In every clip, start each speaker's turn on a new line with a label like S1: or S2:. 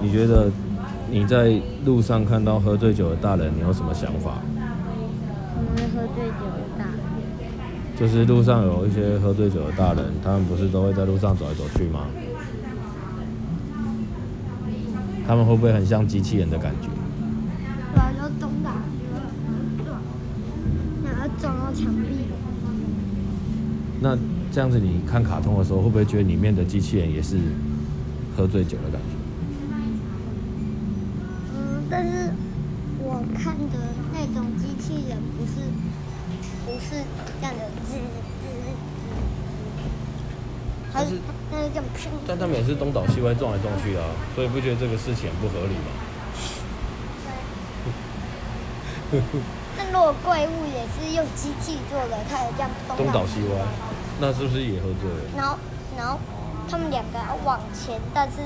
S1: 你觉得你在路上看到喝醉酒的大人，你有什么想法？
S2: 可能会喝醉酒的大人，
S1: 就是路上有一些喝醉酒的大人，他们不是都会在路上走来走去吗？他们会不会很像机器人的感觉？
S2: 然后就东倒西歪，然后撞到墙壁。
S1: 那这样子，你看卡通的时候，会不会觉得里面的机器人也是喝醉酒的感觉？
S2: 嗯，但是我看的那种机器人不是不是这样的吱吱吱吱，
S1: 但
S2: 它是
S1: 是
S2: 它是这样砰。
S1: 但他们也是东倒西歪撞来撞去啊，所以不觉得这个事情很不合理吗？
S2: 那如果怪物也是用机器做的，它也这样
S1: 东
S2: 东啊
S1: 倒西歪，那是不是也喝醉了？
S2: 然后然后他们两个要往前，但是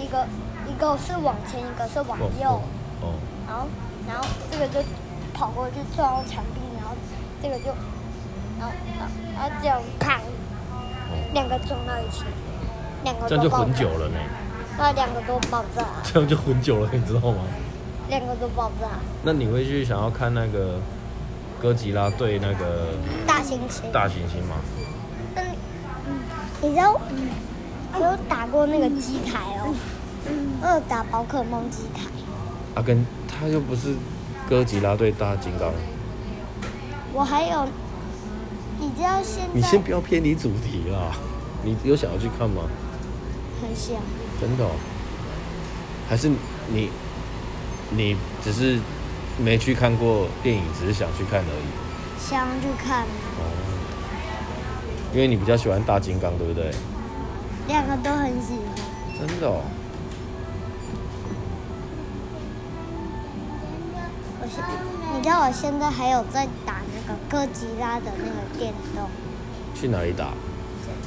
S2: 一个一个是往前，一个是往
S1: 哦
S2: 右，
S1: 哦，
S2: 然后然后这个就跑过去撞到墙壁，然后这个就然后然后然后这样啪，
S1: 哦
S2: 两个撞到一起，两个
S1: 这
S2: 都
S1: 样就
S2: 爆
S1: 混
S2: 炸
S1: 酒，了呢，
S2: 那两个都爆炸，
S1: 这样就混酒了，你知道吗？
S2: 两个都爆炸，
S1: 那你会去想要看那个哥吉拉对那个
S2: 大猩猩。
S1: 大猩猩吗？
S2: 但你知道我有打过那个机台哦，我有打宝可梦机台，
S1: 啊，跟他又不是哥吉拉对大金刚，
S2: 我还有，你知道现
S1: 你
S2: 在
S1: 先不要偏离主题啦。你有想要去看吗？
S2: 很像，
S1: 真的、哦？还是你你只是没去看过电影，只是想去看而已？
S2: 想要去看，
S1: 哦，因为你比较喜欢大金刚，对不对？
S2: 两个都很喜欢。
S1: 真的、哦？
S2: 我现你知道我现在还有在打那个哥吉拉的那个电动，
S1: 去哪里打？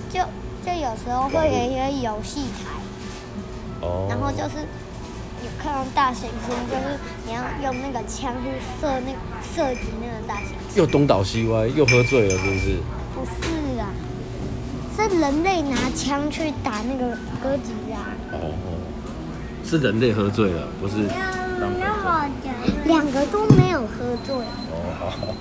S2: 就就有时候会有一些游戏台。
S1: 哦，
S2: 然后就是有看到大猩猩，就是你要用那个枪去射那射击那个大猩猩，
S1: 又东倒西歪，又喝醉了，是不是？
S2: 不是啊，是人类拿枪去打那个哥吉拉，
S1: 哦，是人类喝醉了，不是当喝醉。
S2: 两个都没有喝醉。
S1: 哦，好好。